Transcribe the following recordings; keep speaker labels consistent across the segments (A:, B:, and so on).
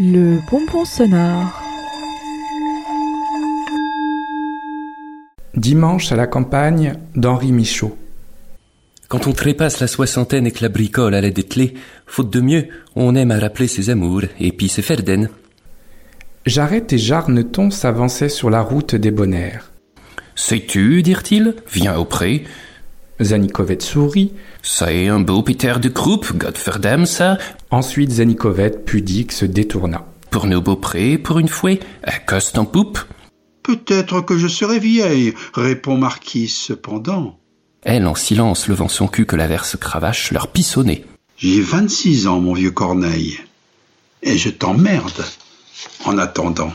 A: Le bonbon sonore.
B: Dimanche à la campagne d'Henri Michaud.
C: Quand on trépasse la soixantaine et que la bricole à l'aide des clés, faute de mieux, on aime à rappeler ses amours et puis ses ferdaines.
B: Jarrette et Jarneton s'avançaient sur la route des Bonnaires.
C: Sais-tu, dirent-ils, viens auprès.
B: Zanikovet sourit,
C: Ça est un beau péter de croupe, Godferdam ça,
B: ensuite Zanikovet pudique se détourna.
C: pour nos beaux prés, pour une fouée, accoste en poupe.
D: Peut-être que je serai vieille, répond Marquise cependant.
C: Elle, en silence, levant son cul que la verse cravache, leur pissonnait.
D: J'ai 26 ans, mon vieux Corneille. Et je t'emmerde en attendant.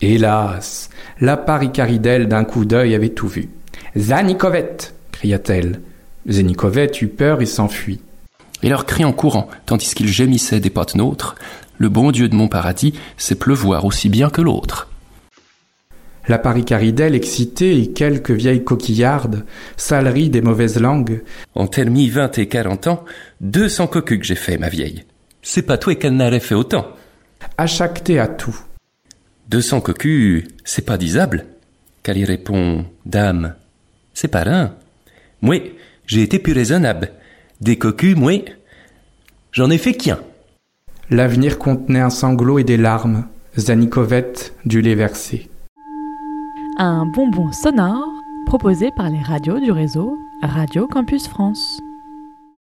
B: Hélas La paricaridelle d'un coup d'œil avait tout vu. Zanikovet cria-t-elle. Zanikovet eut peur et s'enfuit.
C: Et leur cri en courant, tandis qu'ils gémissaient des potes nôtres, le bon Dieu de mon paradis sait pleuvoir aussi bien que l'autre.
B: La paricaridelle excitée et quelques vieilles coquillardes, saleries des mauvaises langues,
C: En termi 20 et 40 ans, 200 cocus que j'ai fait, ma vieille. C'est pas toi qu'elle n'aurait fait autant.
B: achactées à tout.
C: 200 cocus, c'est pas disable. Qu'elle y répond, dame, c'est pas rien. Moi, j'ai été plus raisonnable. Des cocus, moi, j'en ai fait qu'un.
B: L'avenir contenait un sanglot et des larmes. Zanikovet dut les verser.
A: Un bonbon sonore proposé par les radios du réseau Radio Campus France.